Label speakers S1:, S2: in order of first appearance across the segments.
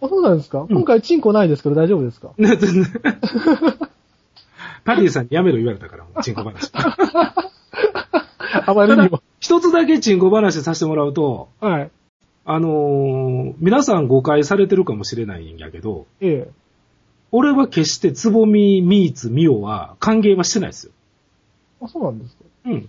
S1: あ、そうなんですか、今回チンコないですけど大丈夫ですか
S2: なず パリーさんにやめろ言われたから、もうチンコ話。
S1: あまり
S2: た
S1: に
S2: だ
S1: も。、
S2: 一つだけチンコ話させてもらうと、
S1: はい。
S2: あのー皆さん誤解されてるかもしれないんやけど、
S1: ええ。
S2: 俺は決してつぼみ、みーつ、みおは歓迎はしてないですよ。
S1: あ、そうなんですか
S2: うん。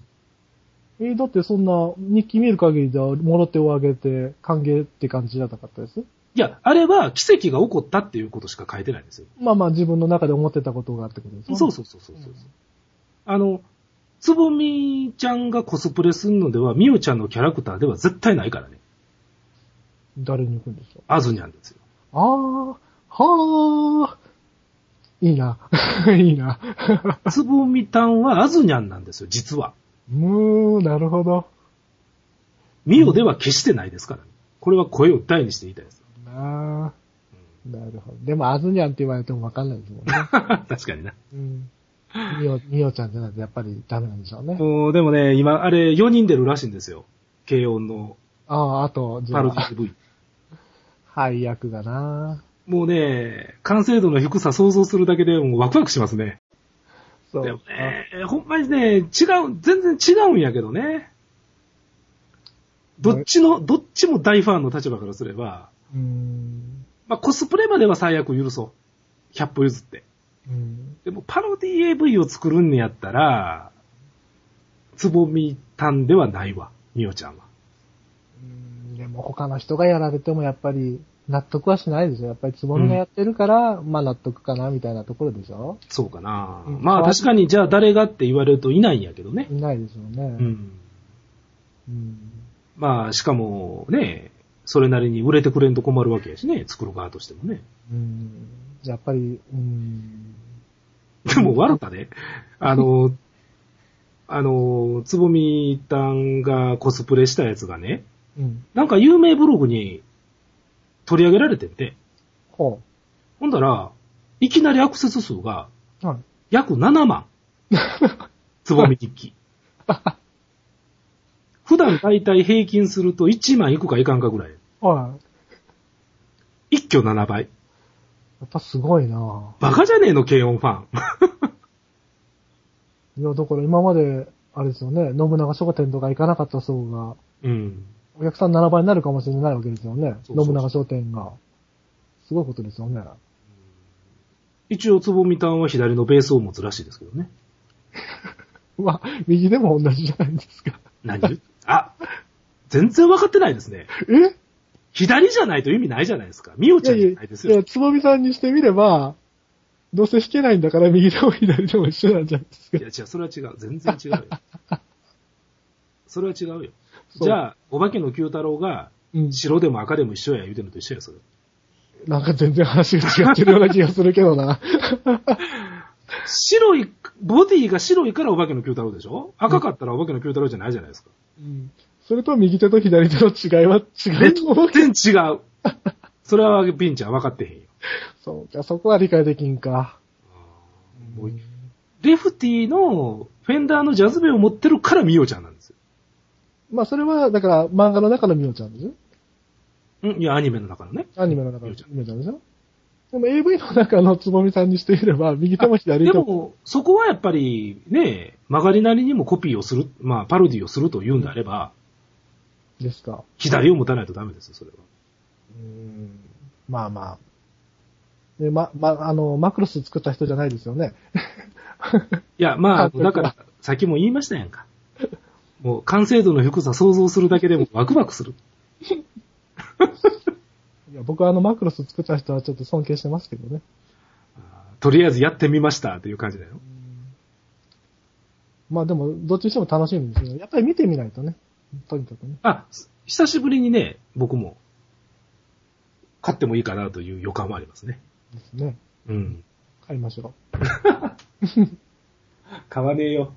S1: えーだってそんな、日記見る限りでは、もろ手を挙げて、歓迎って感じじゃなかったです。
S2: いや、あれは奇跡が起こったっていうことしか書いてないんですよ。
S1: まあまあ自分の中で思ってたことがあってことですよね
S2: そうそうそうそうそう。あの、つぼみちゃんがコスプレするのでは、みおちゃんのキャラクターでは絶対ないからね。
S1: 誰に行くんでしょう
S2: あずにゃ んですよ。
S1: あー、はー。いいな。 いいな。
S2: つぼみたんはあずにゃんなんですよ、実は。
S1: むー、なるほど。
S2: みおでは決してないですから、ね。これは声を大にして言いたいです。
S1: なー。なるほど。でも、アズニャンって言われてもわかんないです もんね。
S2: 確かにな。
S1: うん。みお、みおちゃんじゃないとやっぱりダメなんでしょうね。
S2: もう、でもね、今、あれ、4人出るらしいんですよ。軽音の
S1: ああ、あと、じゃ
S2: パロデ
S1: あ、
S2: ィ V。
S1: 配役がな
S2: もうね、完成度の低さ想像するだけでもうワクワクしますね。
S1: そ
S2: でもね、ほんまにね、違う、全然違うんやけどね。どっちの、どっちも大ファンの立場からすれば、
S1: うーん。
S2: まあ、コスプレまでは最悪許そう。100歩譲って。
S1: うん。
S2: でも、パロディ AV を作るんやったら、つぼみたんではないわ、みおちゃんは。
S1: うんでも他の人がやられてもやっぱり納得はしないでしょ。やっぱりつぼみがやってるから、まあ納得かなみたいなところでしょ
S2: そうかな。
S1: うん
S2: まあ、確かに、じゃあ誰がって言われるといないんやけどね
S1: い。ないでしょうね。う
S2: う。ん。
S1: うん。
S2: まあ、しかも、ね、それなりに売れてくれんと困るわけやしね、作る側としてもね。
S1: うん、やっぱり、うん。
S2: でも悪かね。あの、あの、つぼみたんがコスプレしたやつがね、
S1: うん。
S2: なんか有名ブログに取り上げられてんて。
S1: ほ
S2: ほんだら、いきなりアクセス数が
S1: う。はい。
S2: 約7万。つぼみ日記。普段だいたい平均すると1万いくかいかんかぐらい。
S1: はい。
S2: 一挙7倍。
S1: やっぱすごいな
S2: バカじゃねえの、軽音ファン。
S1: いや、だから今まで、あれですよね、信長商店とか行かなかった層が、
S2: うん。
S1: お客さん7倍になるかもしれないわけですよね。
S2: そうそう
S1: 信長商店が。すごいことですよね。
S2: 一応、つぼみたんは左のベースを持つらしいですけどね。
S1: まあ、右でも同じじゃないですか。
S2: 何 言うあ、全然分かってないですね。
S1: え
S2: 左じゃないと意味ないじゃないですか。みお
S1: い
S2: ちゃ
S1: や
S2: んじゃ
S1: い
S2: ないです
S1: や、い
S2: よ
S1: や、。つぼみさんにしてみれば、どうせ弾けないんだから右でも左でも一緒なんじゃないです
S2: い
S1: か。
S2: や、違う、それは違う。全然違うよ。それは違うよ。
S1: そう
S2: じゃあ、お化けの九太郎が、
S1: うん。
S2: 白でも赤でも一緒や言うてるのと一緒や、それ。
S1: なんか全然話が違ってるような気がするけど な。
S2: 白い、ボディが白いからお化けの九太郎でしょ赤かったらお化けの九太郎じゃないじゃないですか。
S1: うんそれと右手と左手の違いは違うと思うけど。
S2: 全然違う。それは、ピンちゃん分かってへんよ。
S1: そうか、そこは理解できんか。
S2: もうレフティのフェンダーのジャズベを持ってるからミオちゃんなんですよ。
S1: まあそれは、だから漫画の中のミオちゃんでしょ
S2: うん、いや、アニメの中のね。
S1: アニメの中の
S2: ミ
S1: ミ
S2: オ
S1: オち
S2: ちゃ
S1: ゃんでしょでも AV の中のつぼみさんにしてみれば、右手も左
S2: で
S1: 手も。
S2: も、そこはやっぱりね、曲がりなりにもコピーをする、まあ、パロディをするというんであれば、
S1: ですか。
S2: 左を持たないとダメですよ、それは。
S1: うんまあまあ。で、ま、ま、あの、マクロス作った人じゃないですよ ね。
S2: いや、まあ、
S1: あそうか
S2: だから、さっきも言いましたやんか。もう、完成度の低さ想像するだけでもワクワクする。
S1: いや、僕はあの、マクロス作った人はちょっと尊敬してますけどね。
S2: とりあえずやってみましたっていう感じだよ。
S1: まあでも、どっちにしても楽しみですよ。やっぱり見てみないとね。とにかくね。
S2: あ、す久しぶりにね、僕も、買ってもいいかなという予感はありますね。
S1: ですね。
S2: うん。
S1: 買いましょう。
S2: 買わねえよ。